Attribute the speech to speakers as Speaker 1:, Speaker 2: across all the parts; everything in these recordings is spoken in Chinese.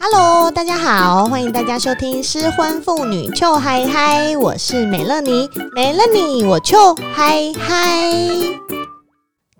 Speaker 1: Hello，大家好，欢迎大家收听失婚妇女糗嗨嗨，我是美乐妮，美乐妮我糗嗨嗨。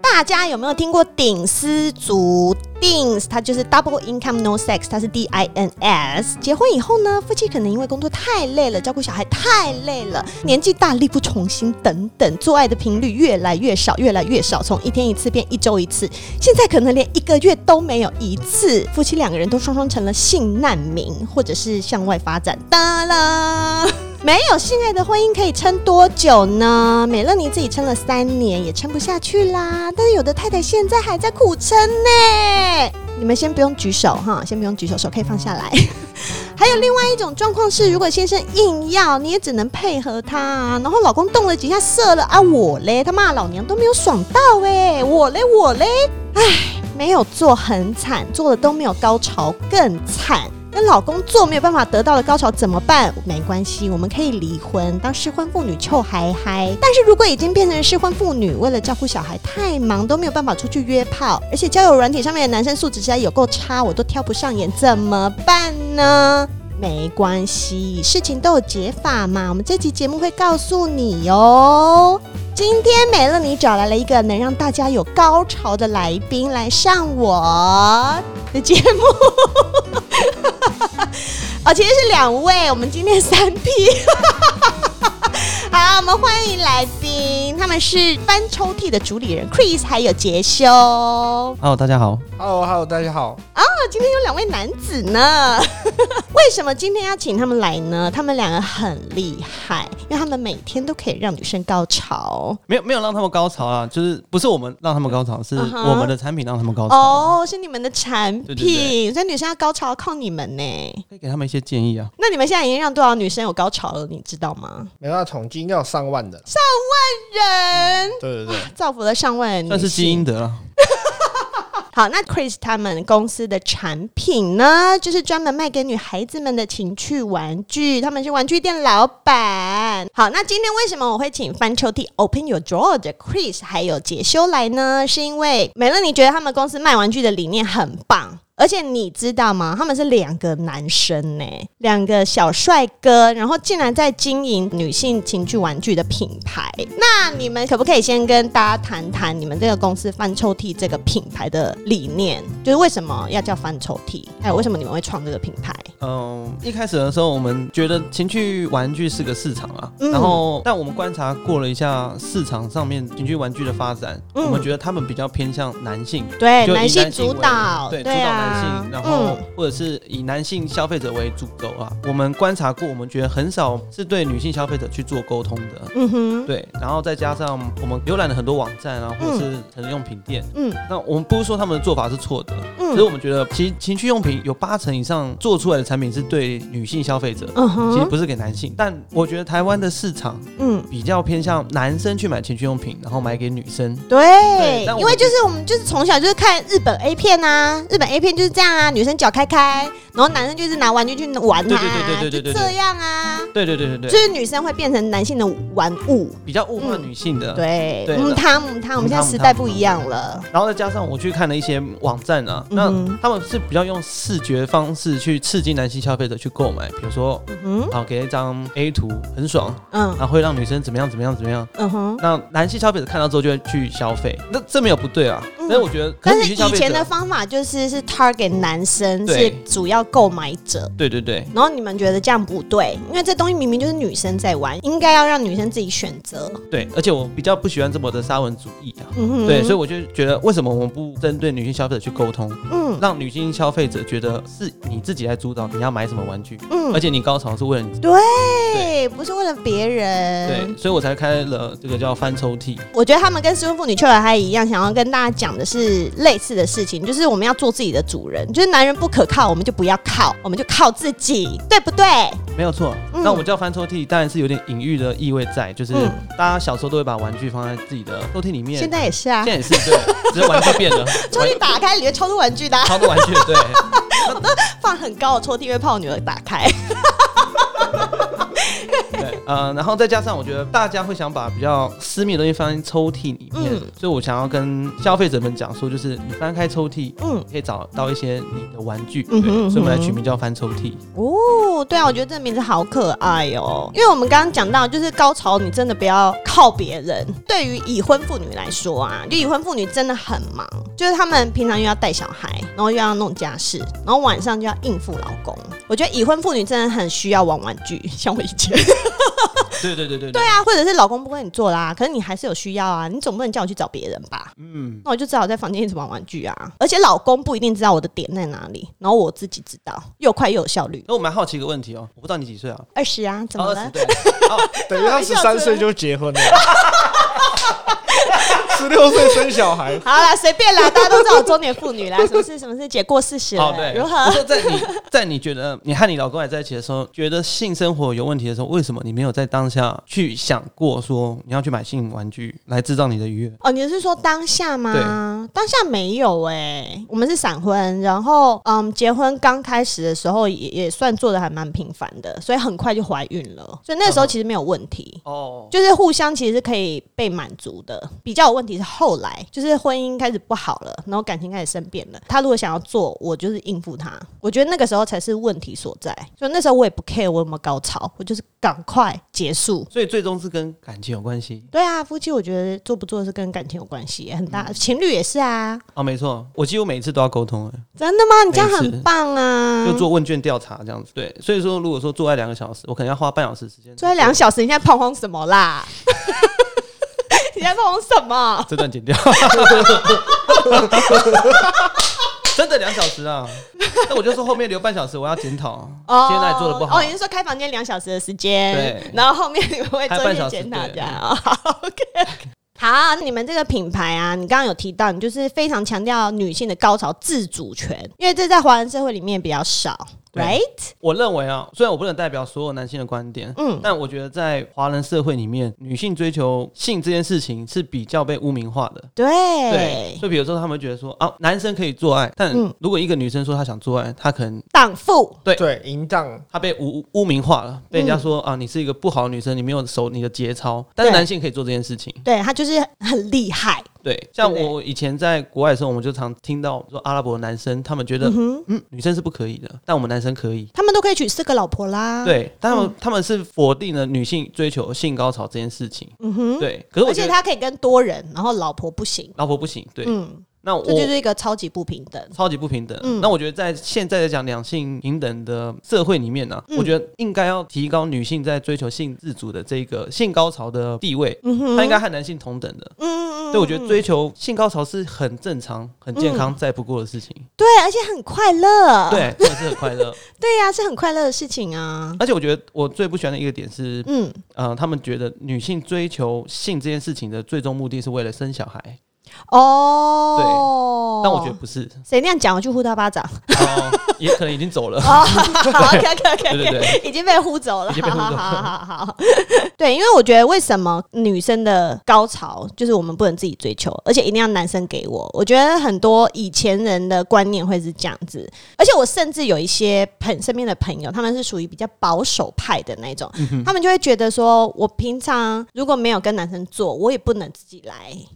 Speaker 1: 大家有没有听过顶丝族 Dings？它就是 Double Income No Sex，它是 D I N 嗯 S。结婚以后呢，夫妻可能因为工作太累了，照顾小孩太累了，年纪大力不从心等等，做爱的频率越来越少，越来越少，从一天一次变一周一次，现在可能连一个月都没有一次，夫妻两个人都双双成了性难民，或者是向外发展。哒啦，没有性爱的婚姻可以撑多久呢？美乐妮自己撑了三年，也撑不下去啦。但是有的太太现在还在苦撑呢。你们先不用举手哈，先不用举手，手可以放下来。 还有另外一种状况是，如果先生硬要，你也只能配合他、啊。然后老公动了几下射了啊，我嘞，他骂老娘都没有爽到哎、我嘞我嘞，唉，没有做很惨，做的都没有高潮更惨。跟老公做没有办法得到的高潮怎么办？没关系，我们可以离婚，当失婚妇女臭嗨嗨。但是如果已经变成失婚妇女，为了照顾小孩太忙都没有办法出去约炮，而且交友软体上面的男生素质实在有够差，我都挑不上眼，怎么办呢？没关系，事情都有解法嘛。我们这期节目会告诉你哦哟、今天美乐妮找来了一个能让大家有高潮的来宾来上我的节目。 哦，其实是两位，我们今天三批。 好，我们欢迎来宾，他们是翻抽屉的主理人 Chris 还有杰修。哦，
Speaker 2: Hello，大家好。
Speaker 3: Hello Hello，大家好。
Speaker 1: 今天有两位男子呢， 为什么今天要请他们来呢？他们两个很厉害，因为他们每天都可以让女生高潮。
Speaker 2: 没有没有让他们高潮啊，就是不是我们让他们高潮，是
Speaker 1: 嗯哼
Speaker 2: 我们的产品让他们高潮。
Speaker 1: 哦，是你们的产品，
Speaker 2: 对对
Speaker 1: 所以女生要高潮靠你们呢。
Speaker 2: 可以给他们一些建议啊。
Speaker 1: 那你们现在已经让多少女生有高潮了？你知道吗？
Speaker 3: 没办法，统计应该有上万的。
Speaker 1: 人
Speaker 3: 对对对，
Speaker 1: 造福了上万人，
Speaker 2: 算是基因啊的了。
Speaker 1: 好，那 Chris 他们公司的产品呢，就是专门卖给女孩子们的情趣玩具，他们是玩具店老板。好，那今天为什么我会请翻抽屉 Open Your Drawer 的 Chris 还有杰修来呢？是因为美乐你觉得他们公司卖玩具的理念很棒。而且你知道吗？他们是两个男生呢、两个小帅哥，然后竟然在经营女性情趣玩具的品牌。那你们可不可以先跟大家谈谈你们这个公司翻抽屉这个品牌的理念？就是为什么要叫翻抽屉？还有为什么你们会创这个品牌？
Speaker 2: 嗯，一开始的时候我们觉得情趣玩具是个市场啊，
Speaker 1: 嗯
Speaker 2: 然后但我们观察过了一下市场上面情趣玩具的发展，
Speaker 1: 嗯
Speaker 2: 我们觉得他们比较偏向男性。
Speaker 1: 对，
Speaker 2: 就以
Speaker 1: 男性
Speaker 2: 男性
Speaker 1: 主
Speaker 2: 为
Speaker 1: 导，
Speaker 2: 对，主
Speaker 1: 对
Speaker 2: 导
Speaker 1: 啊
Speaker 2: 男性，然后、或者是以男性消费者为主轴啊。我们观察过，我们觉得很少是对女性消费者去做沟通的。
Speaker 1: 嗯哼，
Speaker 2: 对，然后再加上我们浏览了很多网站啊，或者是成人用品店，
Speaker 1: 嗯
Speaker 2: 那我们不是说他们的做法是错的，只是
Speaker 1: 嗯
Speaker 2: 我们觉得其实情趣用品有八成以上做出来的产品是对女性消费者。
Speaker 1: 嗯
Speaker 2: 其实
Speaker 1: 哼，
Speaker 2: 不是给男性，但我觉得台湾的市场
Speaker 1: 嗯。
Speaker 2: 比较偏向男生去买情趣用品，然后买给女生。
Speaker 1: 对，
Speaker 2: 但我
Speaker 1: 因为
Speaker 2: 们
Speaker 1: 就是我们就是从小就是看日本 A 片啊，日本 A 片就是这样啊，女生脚开开，然后男生就是拿玩具去玩它、啊，
Speaker 2: 对对对对对对对对
Speaker 1: 就这样啊，
Speaker 2: 对对对
Speaker 1: 就
Speaker 2: 对对，
Speaker 1: 是女生会变成男性的玩物，
Speaker 2: 比较物化女性的。
Speaker 1: 嗯对，
Speaker 2: 对
Speaker 1: 母
Speaker 2: 的
Speaker 1: 汤母汤，我们现在时代不一样了，
Speaker 2: 然后再加上我去看了一些网站啊，那
Speaker 1: 嗯哼
Speaker 2: 他们是比较用视觉方式去刺激男性消费者去购买，比如说
Speaker 1: 嗯
Speaker 2: 啊给一张 A 图很爽，
Speaker 1: 嗯
Speaker 2: 然后会让女生怎么样怎么样怎么样。
Speaker 1: 嗯哼，
Speaker 2: 那男性消费者看到之后就会去消费，那这没有不对啊。
Speaker 1: 嗯
Speaker 2: 但是我觉得，可
Speaker 1: 但
Speaker 2: 是女
Speaker 1: 是
Speaker 2: 性消
Speaker 1: 以
Speaker 2: 费
Speaker 1: 前的
Speaker 2: 者，
Speaker 1: 方法就是是 target 男生是
Speaker 2: 对
Speaker 1: 主要购买者。
Speaker 2: 对对对，
Speaker 1: 然后你们觉得这样不对，因为这东西明明就是女生在玩，应该要让女生自己选择。
Speaker 2: 对，而且我比较不喜欢这么的沙文主义啊。
Speaker 1: 嗯哼，
Speaker 2: 对，所以我就觉得，为什么我们不针对女性消费者去沟通，
Speaker 1: 嗯
Speaker 2: 让女性消费者觉得是你自己来主导你要买什么玩具，
Speaker 1: 嗯
Speaker 2: 而且你高潮是为了你自己。
Speaker 1: 对，不是为了别人。
Speaker 2: 对，，所以我才开了这个叫翻抽屉。
Speaker 1: 我觉得他们跟失婚妇女确实还一样，想要跟大家讲的是类似的事情，就是我们要做自己的主人，就是男人不可靠，我们就不要靠，我们就靠自己，对不对？
Speaker 2: 没有错，
Speaker 1: 嗯
Speaker 2: 那我叫翻抽屉，当然是有点隐喻的意味在，就是
Speaker 1: 嗯
Speaker 2: 大家小时候都会把玩具放在自己的抽屉里面，
Speaker 1: 现在也是啊
Speaker 2: 现，在也是对，只是玩具 变了，
Speaker 1: 抽屉打开里面超多玩具的啊、
Speaker 2: 超多玩具，对，
Speaker 1: 放很高的抽屉会怕我女儿打开。
Speaker 2: 对，呃，然后再加上我觉得大家会想把比较私密的东西放进抽屉里面，
Speaker 1: 嗯
Speaker 2: 所以我想要跟消费者们讲说，就是你翻开抽屉，
Speaker 1: 嗯
Speaker 2: 可以找到一些你的玩具，
Speaker 1: 嗯哼嗯哼
Speaker 2: 所以我们来取名叫翻抽 屉。
Speaker 1: 哦，对啊，我觉得这个名字好可爱哦。因为我们刚刚讲到，就是高潮，你真的不要靠别人。对于已婚妇女来说啊，就已婚妇女真的很忙，就是她们平常又要带小孩，然后又要弄家事，然后晚上就要应付老公。我觉得已婚妇女真的很需要玩玩具，像我以 前。
Speaker 2: 对对对对
Speaker 1: 对啊，或者是老公不跟你做啦，可是你还是有需要啊，你总不能叫我去找别人吧？
Speaker 2: 嗯，
Speaker 1: 那我就只好在房间一直玩玩具啊。而且老公不一定知道我的点在哪里，然后我自己知道，又快又有效率。
Speaker 2: 那我蛮好奇一个问题哦，我不知道你几岁啊？
Speaker 1: 二十啊，怎么
Speaker 2: 哦
Speaker 1: 了
Speaker 2: 20？对，
Speaker 3: 等于他十
Speaker 1: 笑
Speaker 3: 三
Speaker 1: 死
Speaker 3: 岁就结 婚了，十六岁生小孩，
Speaker 1: 好啦，随便啦，大家都知道我中年妇女啦，什么事什么事，姐过四十
Speaker 2: 哦
Speaker 1: 了，
Speaker 2: 对，
Speaker 1: 如
Speaker 2: 我
Speaker 1: 何？
Speaker 2: 说在你在你觉得你和你老公还在一起的时候，觉得性生活有问题的时候，为什么你没有在当下去想过说你要去买性玩具来制造你的愉悦？
Speaker 1: 哦，你是说当下吗？当下没有哎、我们是闪婚，然后嗯，结婚刚开始的时候也也算做的还蛮频繁的，所以很快就怀孕了，所以那时候其实没有问题。
Speaker 2: 哦，
Speaker 1: 就是互相其实是可以被满足的。比较有问题是后来，就是婚姻开始不好了，然后感情开始生变了。他如果想要做，我就是应付他。我觉得那个时候才是问题所在。所以那时候我也不 care 我有没有高潮，我就是赶快结束。
Speaker 2: 所以最终是跟感情有关系
Speaker 1: 对啊，夫妻我觉得做不做是跟感情有关系，很
Speaker 2: 嗯
Speaker 1: 大。情侣也是啊，
Speaker 2: 哦，没错，我几乎每一次都要沟通，哎
Speaker 1: 真的吗？你这样
Speaker 2: 没事
Speaker 1: 很棒啊！
Speaker 2: 就做问卷调查这样子。对，所以说如果说做爱两个小时，我可能要花半小时时间。
Speaker 1: 所以两小时，你现在碰轰什么啦？ 你在碰轰什么？
Speaker 2: 这段剪掉， 真的两小时啊！那我就说后面留半小时，我要检讨，
Speaker 1: 哦，
Speaker 2: 现在做的不好
Speaker 1: 哦，。你是说开房间两小时的时间，
Speaker 2: 对
Speaker 1: 然后后面你们会做一些检讨
Speaker 2: 还半小时对
Speaker 1: 这样啊、哦、好？OK。好，你们这个品牌啊，你刚刚有提到，你就是非常强调女性的高潮自主权，因为这在华人社会里面比较少
Speaker 2: 对
Speaker 1: ，right？
Speaker 2: 我认为啊，虽然我不能代表所有男性的观点，
Speaker 1: 嗯
Speaker 2: 但我觉得在华人社会里面，女性追求性这件事情是比较被污名化的。
Speaker 1: 对，
Speaker 2: 就比如说他们会觉得说啊，男生可以做爱，但
Speaker 1: 哎嗯
Speaker 2: 如果一个女生说她想做爱，她可能
Speaker 1: 荡妇，
Speaker 3: 对，淫荡，
Speaker 2: 她被污污名化
Speaker 1: 嗯
Speaker 2: 了，被人家说、啊，你是一个不好的女生，你没有守你的节操。但是
Speaker 1: 对
Speaker 2: 男性可以做这件事情，
Speaker 1: 对她就是很厉害，
Speaker 2: 对，像
Speaker 1: 对不对
Speaker 2: 我以前在国外的时候，我们就常听到说阿拉伯的男生，他们觉得
Speaker 1: 嗯哼，
Speaker 2: 嗯女生是不可以的，但我们男生可以。
Speaker 1: 他们都可以娶四个老婆啦，，
Speaker 2: 对，他
Speaker 1: 嗯
Speaker 2: 们、他们是否定了女性追求性高潮这件事情。
Speaker 1: 嗯哼，
Speaker 2: 对，可是我
Speaker 1: 而
Speaker 2: 觉
Speaker 1: 且
Speaker 2: 得
Speaker 1: 她可以跟多人，然后老婆不行，
Speaker 2: 老婆不行，对，
Speaker 1: 嗯，
Speaker 2: 那我
Speaker 1: 这就是一个超级不平等，
Speaker 2: 超级不平等。
Speaker 1: 嗯
Speaker 2: 那我觉得在现在来讲两性平等的社会里面呢、啊
Speaker 1: 嗯
Speaker 2: 我觉得应该要提高女性在追求性自主的这个性高潮的地位，
Speaker 1: 嗯哼，
Speaker 2: 她应该和男性同等的。
Speaker 1: 嗯，嗯嗯，
Speaker 2: 对，我觉得
Speaker 1: 嗯
Speaker 2: 追求性高潮是很正常、很健康、再不过的事情。
Speaker 1: 对，而且很快乐。
Speaker 2: 对，真的是很快乐。
Speaker 1: 对呀、是很快乐的事情啊。
Speaker 2: 而且我觉得我最不喜欢的一个点是，
Speaker 1: 嗯，
Speaker 2: 呃，他们觉得女性追求性这件事情的最终目的是为了生小孩，
Speaker 1: 哦，
Speaker 2: 但我觉得不是，
Speaker 1: 谁那样讲，我就呼他巴掌。
Speaker 2: 哦， 也可能已经走了。
Speaker 1: 哦，好，OK OK
Speaker 2: 对对
Speaker 1: OK，已经被呼走了，
Speaker 2: 已经被呼走了
Speaker 1: 好好好 好，对，因为我觉得为什么女生的高潮就是我们不能自己追求，而且一定要男生给我。我觉得很多以前人的观念会是这样子，而且我甚至有一些朋身边的朋友，他们是属于比较保守派的那种，
Speaker 2: 嗯
Speaker 1: 他们就会觉得说，我平常如果没有跟男生做，我也不能自己来。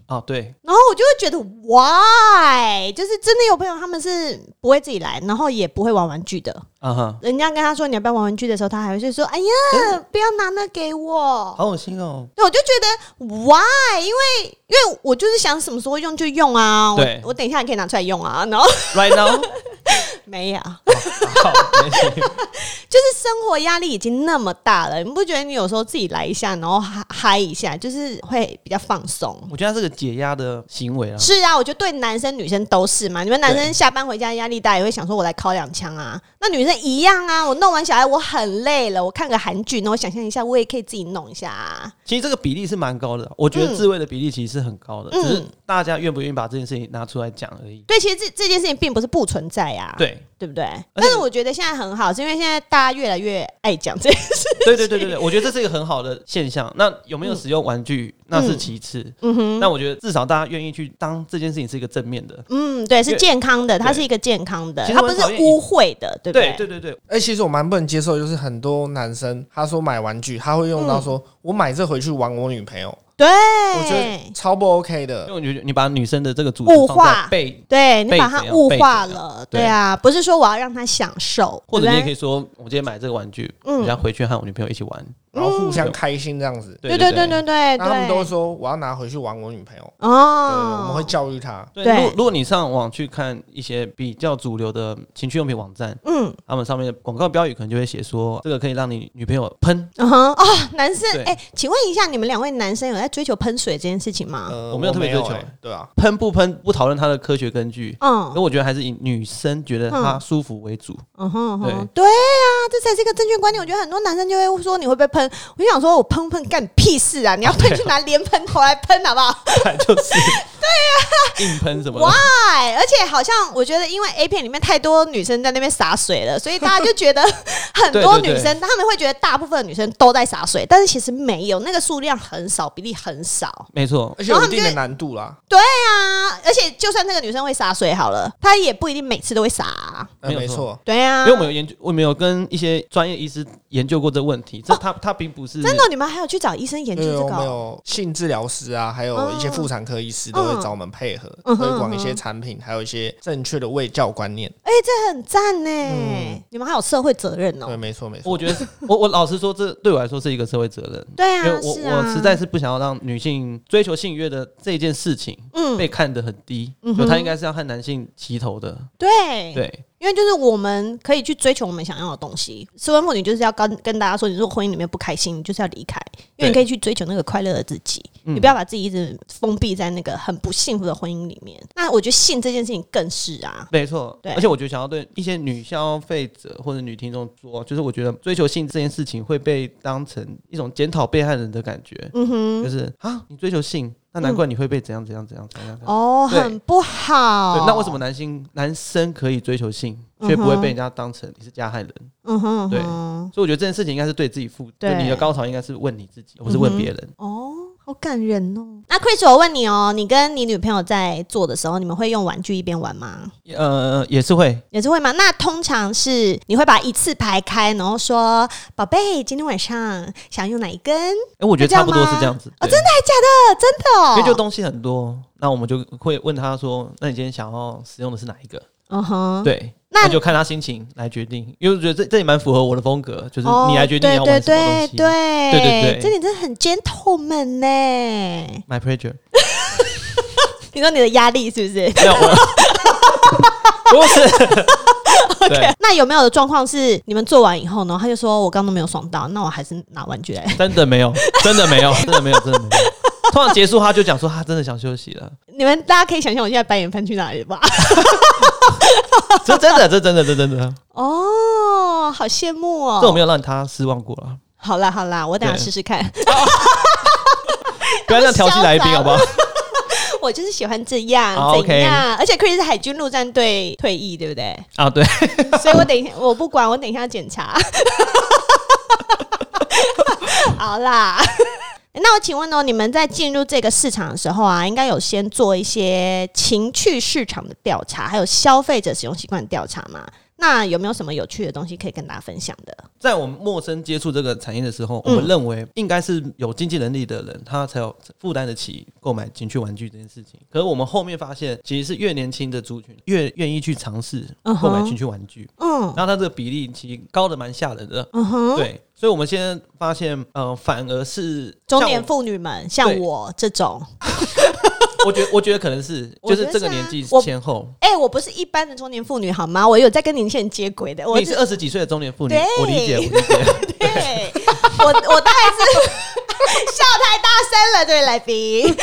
Speaker 2: 哦，对，
Speaker 1: 然后我就会觉得 why，就是真的有朋友他们是不会自己来，然后也不会玩玩具的，
Speaker 2: 啊哈，
Speaker 1: 人家跟他说你要不要玩玩具的时候，他还会说：“哎呀，不要拿那给我。
Speaker 2: 好恶心哦”。
Speaker 1: 对，我就觉得 why？因为因为我就是想什么时候用就用啊，我
Speaker 2: 对
Speaker 1: 我等一下也可以拿出来用啊。然后
Speaker 2: Right now，
Speaker 1: 没有，就
Speaker 2: 好，没事。
Speaker 1: 是生活压力已经那么大了，你不觉得你有时候自己来一下，然后嗨嗨一下，就是会比较放松？
Speaker 2: 我觉得它是个解压的行为啊。
Speaker 1: 是啊，我觉得对男生女生都是嘛。你们男生
Speaker 2: 对
Speaker 1: 下班回家压力大，也会想说我来敲两枪啊。那女生一样啊，我弄完小孩我很累了，我看个韩剧，然后我想象一下，我也可以自己弄一下啊。
Speaker 2: 其实这个比例是蛮高的，我觉得
Speaker 1: 嗯
Speaker 2: 自慰的比例其实是很高的，
Speaker 1: 嗯
Speaker 2: 只是大家愿不愿意把这件事情拿出来讲而已。
Speaker 1: 对，其实这这件事情并不是不存在呀、，
Speaker 2: 对，
Speaker 1: 对不对？但是我觉得现在很好，是因为现在大家越来越爱讲 这，
Speaker 2: 对对对对对，我觉得这是一个很好的现象。那有没有
Speaker 1: 嗯
Speaker 2: 使用玩具，那是其次。
Speaker 1: 嗯哼，
Speaker 2: 但我觉得至少大家愿愿意去当这件事情是一个正面的。
Speaker 1: 嗯，对，是
Speaker 2: 对
Speaker 1: 健康的，它
Speaker 2: 对
Speaker 1: 是一个健康的，
Speaker 2: 其实
Speaker 1: 它不
Speaker 2: 我很
Speaker 1: 是
Speaker 2: 讨厌
Speaker 1: 污秽的，对不
Speaker 2: 对对对对，
Speaker 3: 哎、其实我蛮不能接受，就是很多男生他说买玩具，他会用到说、我买这回去玩我女朋友，
Speaker 1: 对，
Speaker 3: 我觉得超不 OK
Speaker 2: 因
Speaker 3: 的
Speaker 2: 为。我觉得你把女生的这个主
Speaker 1: 物
Speaker 2: 放在
Speaker 1: 化
Speaker 2: 被，
Speaker 1: 对你
Speaker 2: 被
Speaker 1: 把
Speaker 2: 怎
Speaker 1: 它
Speaker 2: 样
Speaker 1: 物
Speaker 2: 被
Speaker 1: 化
Speaker 2: 怎样
Speaker 1: 了，
Speaker 2: 对
Speaker 1: 对啊，不是说我要让他享受，
Speaker 2: 或者
Speaker 1: 对不
Speaker 2: 你也可
Speaker 1: 对
Speaker 2: 以说，我今天买这个玩具，
Speaker 1: 嗯
Speaker 2: 我要回去和我女朋友一起玩。
Speaker 3: 然后互相开心这样子，
Speaker 1: 对对对对对，
Speaker 3: 然后他们
Speaker 1: 对
Speaker 3: 都说我要拿回去玩我女朋友，对，
Speaker 1: 哦，
Speaker 3: 我们会教育他。
Speaker 2: 对，
Speaker 1: 对
Speaker 2: 如如果你上网去看一些比较主流的情趣用品网站，
Speaker 1: 嗯。
Speaker 2: 他们上面的广告标语可能就会写说，这个可以让你女朋友喷。
Speaker 1: 嗯哼哦，男生
Speaker 2: 对
Speaker 1: 哎、请问一下，你们两位男生有在追求喷水这件事情吗？
Speaker 3: 呃，
Speaker 2: 我没有特别追求
Speaker 3: 哎对啊，
Speaker 2: 喷不喷不讨论它的科学根据，
Speaker 1: 嗯
Speaker 2: 可我觉得还是以女生觉得她舒服为主。
Speaker 1: 嗯哼嗯哼，对啊，这才是一个正确观念。我觉得很多男生就会说你会被喷，我就想说我喷喷干你屁事啊！你要喷去拿连喷头来喷好不 好？
Speaker 2: 就是对呀、硬喷什么的
Speaker 1: 哇哎，而且好像我觉得，因为 A 片里面太多女生在那边洒水了，所以大家就觉得很多
Speaker 2: 对对
Speaker 1: 女
Speaker 2: 对
Speaker 1: 生，他们会觉得大部分的女生都在洒水，但是其实没有，那个数量很少，比例很少。
Speaker 2: 没错，
Speaker 3: 而且有一定的难度啦，
Speaker 1: 对啊，而且就算那个女生会洒水好了，她也不一定每次都会洒、啊。
Speaker 3: 呃
Speaker 2: 没有
Speaker 3: 没错，
Speaker 1: 对啊，
Speaker 2: 因为我们有研究，我们有跟一些专业医师研究过这问题。这它它并不是
Speaker 1: 真的，你们还有去找医生研究
Speaker 3: 对，
Speaker 1: 这
Speaker 3: 我
Speaker 1: 个
Speaker 3: 们
Speaker 1: 哦？
Speaker 3: 有性治疗师啊，还有一些妇产科医师都会找我们配合
Speaker 1: 嗯
Speaker 3: 推广一些产品，还有一些正确的卫教观念。
Speaker 1: 哎、这很赞呢、
Speaker 3: 嗯
Speaker 1: 你们还有社会责任哦、
Speaker 3: 对，没错没错
Speaker 2: 我。觉得是我我老实说，这对我来说是一个社会责任。
Speaker 1: 对
Speaker 2: 因为
Speaker 1: 啊，
Speaker 2: 我、
Speaker 1: 是啊，
Speaker 2: 我实在是不想要让女性追求性愉悦的这件事情
Speaker 1: 嗯，
Speaker 2: 被看得很低，
Speaker 1: 嗯
Speaker 2: 就
Speaker 1: 哼
Speaker 2: 她应该是要和男性齐头的。
Speaker 1: 对，
Speaker 2: 对，
Speaker 1: 因为就是我们可以去追求我们想要的东西。失婚妇女就是要跟跟大家说，你如果婚姻里面不开心，你就是要离开，因为你
Speaker 2: 对
Speaker 1: 可以去追求那个快乐的自己，
Speaker 2: 嗯
Speaker 1: 你不要把自己一直封闭在那个很不幸福的婚姻里面。那我觉得性这件事情更是啊，
Speaker 2: 没错。
Speaker 1: 对
Speaker 2: 而且我觉得想要对一些女消费者或者女听众说，就是我觉得追求性这件事情会被当成一种检讨被害人的感觉，
Speaker 1: 嗯哼，
Speaker 2: 就是啊，你追求性，那难怪你会被怎样怎样怎样怎样怎样。
Speaker 1: 哦，
Speaker 2: 对
Speaker 1: 很不好哦
Speaker 2: 对，。那为什么？男性男生可以追求性，却不会被人家当成你是加害人？
Speaker 1: 嗯哼，
Speaker 2: 对
Speaker 1: 嗯哼
Speaker 2: 所以我觉得这件事情应该是对自己负，就
Speaker 1: 对
Speaker 2: 你的高潮应该是问你自己，而不是问别人。
Speaker 1: 哦，好感人哦。那 Chris，我问你哦，你跟你女朋友在做的时候，你们会用玩具一边玩吗？
Speaker 2: 呃，也是会，
Speaker 1: 也是会吗？那通常是你会把一次排开，然后说：“宝贝，今天晚上想用哪一根
Speaker 2: 哎、我觉得
Speaker 1: 这样
Speaker 2: 差不多是
Speaker 1: 吗
Speaker 2: 这样子。
Speaker 1: 哦
Speaker 2: 对
Speaker 1: 的？”哦
Speaker 2: 因为就东西很多，那我们就会问他说：“那你今天想要使用的是哪一个
Speaker 1: 嗯？”哼，
Speaker 2: 对，
Speaker 1: 那
Speaker 2: 那就看他心情来决定，因为我觉得这这也蛮符合我的风格，就是
Speaker 1: 哦
Speaker 2: 你来决定你要
Speaker 1: 对
Speaker 2: 玩什么
Speaker 1: 对
Speaker 2: 东
Speaker 1: 对
Speaker 2: 西。
Speaker 1: 对
Speaker 2: 对对对
Speaker 1: 这你真的很 gentleman 呢。
Speaker 2: My pleasure，
Speaker 1: 你说你的压力是不是？
Speaker 2: 没有我不是，对，
Speaker 1: 那有没有的状况是你们做完以后呢，他就说我刚刚都没有爽到，那我还是拿玩具来。
Speaker 2: 真的没有，真的没有，真的没有，真的没有。通常结束他就讲说他真的想休息了，
Speaker 1: 你们大家可以想象我现在白眼翻去哪里吧？
Speaker 2: 这真的，这真的，这真的，
Speaker 1: 哦，好羡慕
Speaker 2: 这我
Speaker 1: 哦。
Speaker 2: 没有让他失望过了。
Speaker 1: 好啦好啦，我等下
Speaker 2: 对
Speaker 1: 试试看。
Speaker 2: 不要这样调戏 来宾好不好？
Speaker 1: 我就是喜欢这样，
Speaker 2: 好
Speaker 1: 怎样？而且 Chris 是海军陆战队退役，对不对？
Speaker 2: 啊，对，
Speaker 1: 所以我等一下，我不管，我等一下要检查。 好啦， 那我请问哦，你们在进入这个市场的时候啊，应该有先做一些情趣市场的调查，还有消费者使用习惯的调查嘛？那有没有什么有趣的东西可以跟大家分享的？
Speaker 2: 在我们陌生接触这个产业的时候，我
Speaker 1: 嗯
Speaker 2: 们认为应该是有经济能力的人，他才有负担得起购买情趣玩具这件事情。可是我们后面发现，其实是越年轻的族群越愿意去尝试
Speaker 1: 嗯
Speaker 2: 购
Speaker 1: 哼
Speaker 2: 买情趣玩具，
Speaker 1: 嗯
Speaker 2: 然后它这个比例其实高的蛮吓人的。
Speaker 1: 嗯哼，
Speaker 2: 对，所以我们现在发现，呃，反而是
Speaker 1: 中
Speaker 2: 像
Speaker 1: 年妇女们像
Speaker 2: 对
Speaker 1: 我这种，
Speaker 2: 我，我觉得我觉得可能是
Speaker 1: 我
Speaker 2: 就
Speaker 1: 觉得
Speaker 2: 是这个
Speaker 1: 是啊
Speaker 2: 年纪
Speaker 1: 我
Speaker 2: 前后，
Speaker 1: 哎、我不是一般的中年妇女好吗？我有在跟年轻人接轨的，我
Speaker 2: 你是二十几岁的中年妇女
Speaker 1: 对，
Speaker 2: 我理解，我理解。
Speaker 1: 对，我我大概是 笑太大声了，这位来宾。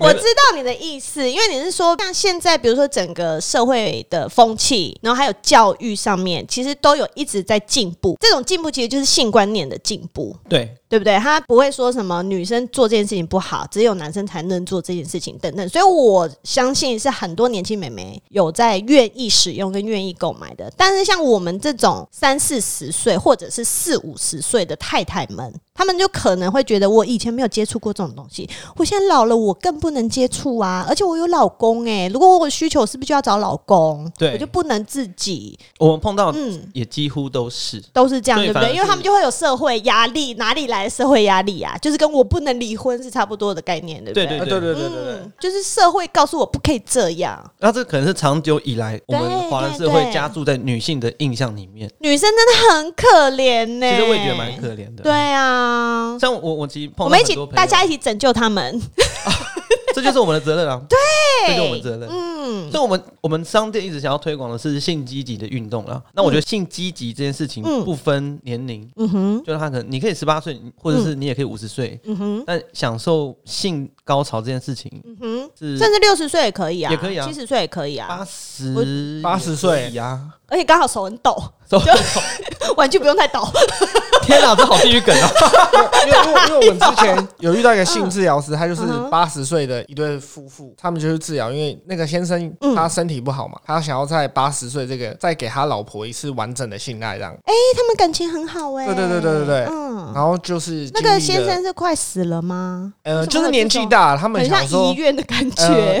Speaker 1: 我知道你的意思，因为你是说，像现在，比如说整个社会的风气，然后还有教育上面，其实都有一直在进步。这种进步其实就是性观念的进步，
Speaker 2: 对，
Speaker 1: 对不对？他不会说什么女生做这件事情不好，只有男生才能做这件事情等等。所以我相信是很多年轻美眉有在愿意使用跟愿意购买的。但是像我们这种三四十岁或者是四五十岁的太太们，他们就可能会觉得我以前没有接触过这种东西，我现在老了，我更不能接触啊！而且我有老公哎、如果我有需求，是不是就要找老公？
Speaker 2: 对
Speaker 1: 我就不能自己，
Speaker 2: 我们碰到
Speaker 1: 嗯，
Speaker 2: 也几乎都是，
Speaker 1: 都是这样，
Speaker 2: 对
Speaker 1: 对不
Speaker 2: 反而
Speaker 1: 对？因为
Speaker 2: 是
Speaker 1: 他们就会有社会压力，哪里来的社会压力啊？就是跟我不能离婚是差不多的概念，对不
Speaker 2: 对
Speaker 1: 对
Speaker 2: 对
Speaker 3: 啊对对对对对
Speaker 1: 嗯，就是社会告诉我不可以这样，
Speaker 2: 那这可能是长久以来我们华人社
Speaker 1: 对
Speaker 2: 会
Speaker 1: 对
Speaker 2: 加注在女性的印象里面，
Speaker 1: 女生真的很可怜呢、
Speaker 2: 其实我也觉得蛮可怜的。
Speaker 1: 对，啊，
Speaker 2: 像我我其实碰到
Speaker 1: 我们一起
Speaker 2: 很多朋友
Speaker 1: 大家一起拯救他们，
Speaker 2: 这就是我们的 责任啊，对，这就是我们的责任。
Speaker 1: 嗯
Speaker 2: 所以，我们我们商店一直想要推广的是性积极的运动啦。那我觉得性积极这件事情
Speaker 1: 嗯
Speaker 2: 不分年龄，
Speaker 1: 嗯哼
Speaker 2: 就是他可能你可以十八岁，或者是你也可以五十岁，
Speaker 1: 嗯哼
Speaker 2: 但享受性高潮这件事情
Speaker 1: 嗯哼，
Speaker 2: 是
Speaker 1: 甚至六十岁也可以啊，
Speaker 2: 也可以啊
Speaker 1: 七十岁也可以啊
Speaker 2: 八，十啊
Speaker 3: 80岁
Speaker 2: 呀。
Speaker 1: 而且刚好手很抖，
Speaker 2: 走
Speaker 1: 玩具不用太抖。
Speaker 2: 天哪，这好地狱梗啊！
Speaker 3: 因为因为因为我们之 前有遇到一个性治疗师，他就是
Speaker 1: 嗯嗯哼
Speaker 3: 八十岁的一对夫妇，他们就是治疗，因为那个先生
Speaker 1: 嗯
Speaker 3: 他身体不好嘛，他想要在八十岁这个再给他老婆一次完整的性爱，这样。
Speaker 1: 他们感情很好哎、
Speaker 3: 对对对对对对
Speaker 1: 嗯，
Speaker 3: 然后就是
Speaker 1: 那
Speaker 3: 经历
Speaker 1: 个
Speaker 3: 了
Speaker 1: 先，生是快死了吗？
Speaker 3: 呃，
Speaker 1: 为什
Speaker 3: 就
Speaker 1: 么会有
Speaker 3: 是年
Speaker 1: 这
Speaker 3: 纪
Speaker 1: 种
Speaker 3: 大，他们
Speaker 1: 很像
Speaker 3: 想说
Speaker 1: 遗。愿的感
Speaker 3: 呃，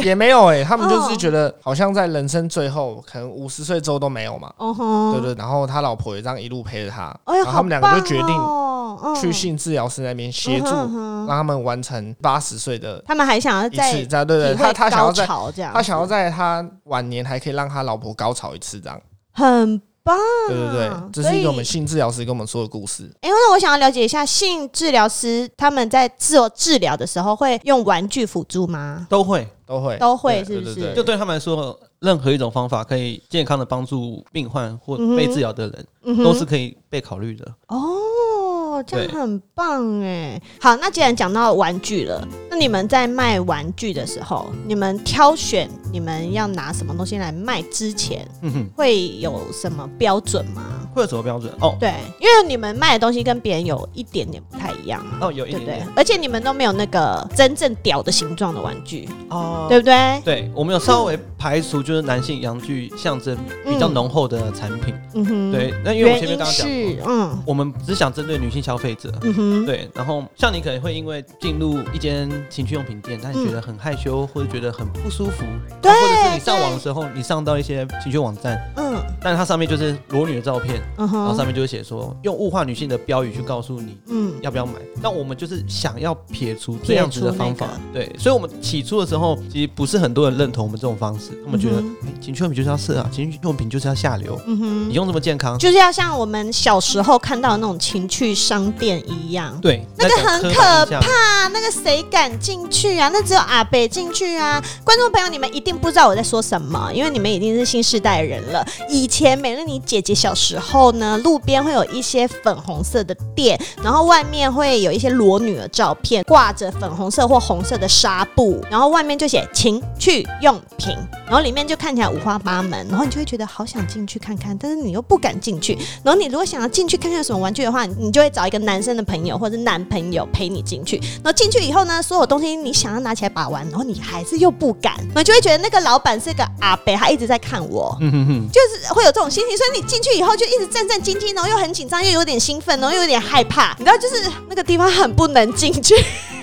Speaker 1: 觉。
Speaker 3: 也没有哎、他们就是
Speaker 1: 嗯
Speaker 3: 觉得好像在人生最后，可能五十岁之后都没有嘛，
Speaker 1: 哦吼，
Speaker 3: 对对。然后他老婆也这样一路陪着他，
Speaker 1: 哎
Speaker 3: 然
Speaker 1: 呀，
Speaker 3: 后他们两个就决定
Speaker 1: 好棒哦
Speaker 3: 去性治疗师那边协
Speaker 1: 嗯
Speaker 3: 助，
Speaker 1: 哼
Speaker 3: 让
Speaker 1: 嗯哼
Speaker 3: 他们完成八十岁的
Speaker 1: 他们还想要
Speaker 3: 一
Speaker 1: 再
Speaker 3: 次，
Speaker 1: 体
Speaker 3: 这样对对，他
Speaker 1: 会
Speaker 3: 他想要
Speaker 1: 高
Speaker 3: 在
Speaker 1: 潮这样，
Speaker 3: 他想要在他晚年还可以让他老婆高潮一次，这样，
Speaker 1: 很棒。
Speaker 3: 对对对，这是一个我们性治疗师跟我们说的故事。
Speaker 1: 哎、那我想要了解一下，性治疗师他们在做治疗的时候会用玩具辅助吗？
Speaker 2: 都会，
Speaker 3: 都会，
Speaker 1: 都会
Speaker 3: 对
Speaker 1: 是不是？
Speaker 3: 对对
Speaker 2: 就对他们来说，任何一种方法可以健康的帮助病患或
Speaker 1: 嗯哼
Speaker 2: 被治疗的人，
Speaker 1: 嗯
Speaker 2: 都
Speaker 1: 哼
Speaker 2: 是可以被考虑的。
Speaker 1: 哦，这样
Speaker 2: 对
Speaker 1: 很棒哎。好，那既然讲到玩具了，那你们在卖玩具的时候，你们挑选你们要拿什么东西来卖之前，
Speaker 2: 嗯哼，
Speaker 1: 会有什么标准吗？
Speaker 2: 会有什么标准？哦，
Speaker 1: 对，因为你们卖的东西跟别人有一点点不太一样嘛，
Speaker 2: 哦，有一
Speaker 1: 对不
Speaker 2: 点
Speaker 1: 对
Speaker 2: 点？
Speaker 1: 而且你们都没有那个真正屌的形状的玩具，
Speaker 2: 哦
Speaker 1: 对不对？
Speaker 2: 对，我们有稍微排除就是男性阳具象征比较浓厚的产品。
Speaker 1: 嗯哼，
Speaker 2: 对，那因为我
Speaker 1: 原
Speaker 2: 前面
Speaker 1: 因
Speaker 2: 刚刚讲过，
Speaker 1: 是，嗯
Speaker 2: 我们只想针对女性消费者。
Speaker 1: 嗯哼，
Speaker 2: 对，然后像你可能会因为进入一间情趣用品店，但你觉得很害羞，或者觉得很不舒服，
Speaker 1: 嗯对
Speaker 2: 或者是你上
Speaker 1: 对
Speaker 2: 网的时候，你上到一些情趣网站，
Speaker 1: 嗯
Speaker 2: 但它上面就是裸女的照片，
Speaker 1: 嗯
Speaker 2: 然后上
Speaker 1: 哼，
Speaker 2: 面就会写说用物化女性的标语去告诉你
Speaker 1: 嗯
Speaker 2: 要不要买？那我们就是想要撇除这样子的方法
Speaker 1: 撇除，
Speaker 2: 对，所以我们起初的时候，其实不是很多人认同我们这种方式，他们觉得
Speaker 1: 嗯
Speaker 2: 哎情趣用品就是要色啊，情趣用品就是要下流，
Speaker 1: 嗯哼
Speaker 2: 你。用这么健康，
Speaker 1: 就是要像我们小时候看到的那种情趣商店一样。
Speaker 2: 对，
Speaker 1: 那个
Speaker 2: 在讲
Speaker 1: 很
Speaker 2: 刻板印象
Speaker 1: 可啊，那个谁敢进去啊？那只有阿北进去啊！观众朋友，你们一定不知道我在说什么，因为你们已经是新时代的人了。以前美乐妮姐姐小时候呢，路边会有一些粉红色的店，然后外面会有一些裸女的照片，挂着粉红色或红色的纱布，然后外面就写情趣用品，然后里面就看起来五花八门，然后你就会觉得好想进去看看，但是你又不敢进去，然后你如果想要进去看看有什么玩具的话，你就会找一个男生的朋友或者是男朋友陪你进去。然后进去以后呢，所有东西你想要拿起来把玩，然后你还是又不敢，然后就会觉得那个老板是个阿伯，他一直在看我。
Speaker 2: 嗯哼哼，
Speaker 1: 就是会有这种心情，所以你进去以后就一直战战兢兢，然后又很紧张，又有点兴奋，然后又有点害怕。你知道，就是那个地方很不能进去， 你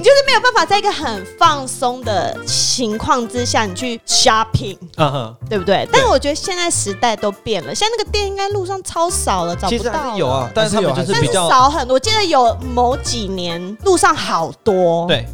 Speaker 1: 就是没有办法在一个很放松的情况之下，你去 shopping，
Speaker 2: 啊哈，
Speaker 1: 对不对？但我觉得现在时代都变了，现在那个店应该路上超少了，找
Speaker 2: 其
Speaker 1: 不
Speaker 2: 实还
Speaker 1: 到。
Speaker 2: 是有，啊，但是他们
Speaker 3: 还
Speaker 2: 就是是
Speaker 3: 有
Speaker 1: 但
Speaker 2: 比
Speaker 1: 是
Speaker 2: 较
Speaker 1: 少很多。我记得有某几年路上好多，
Speaker 2: 对，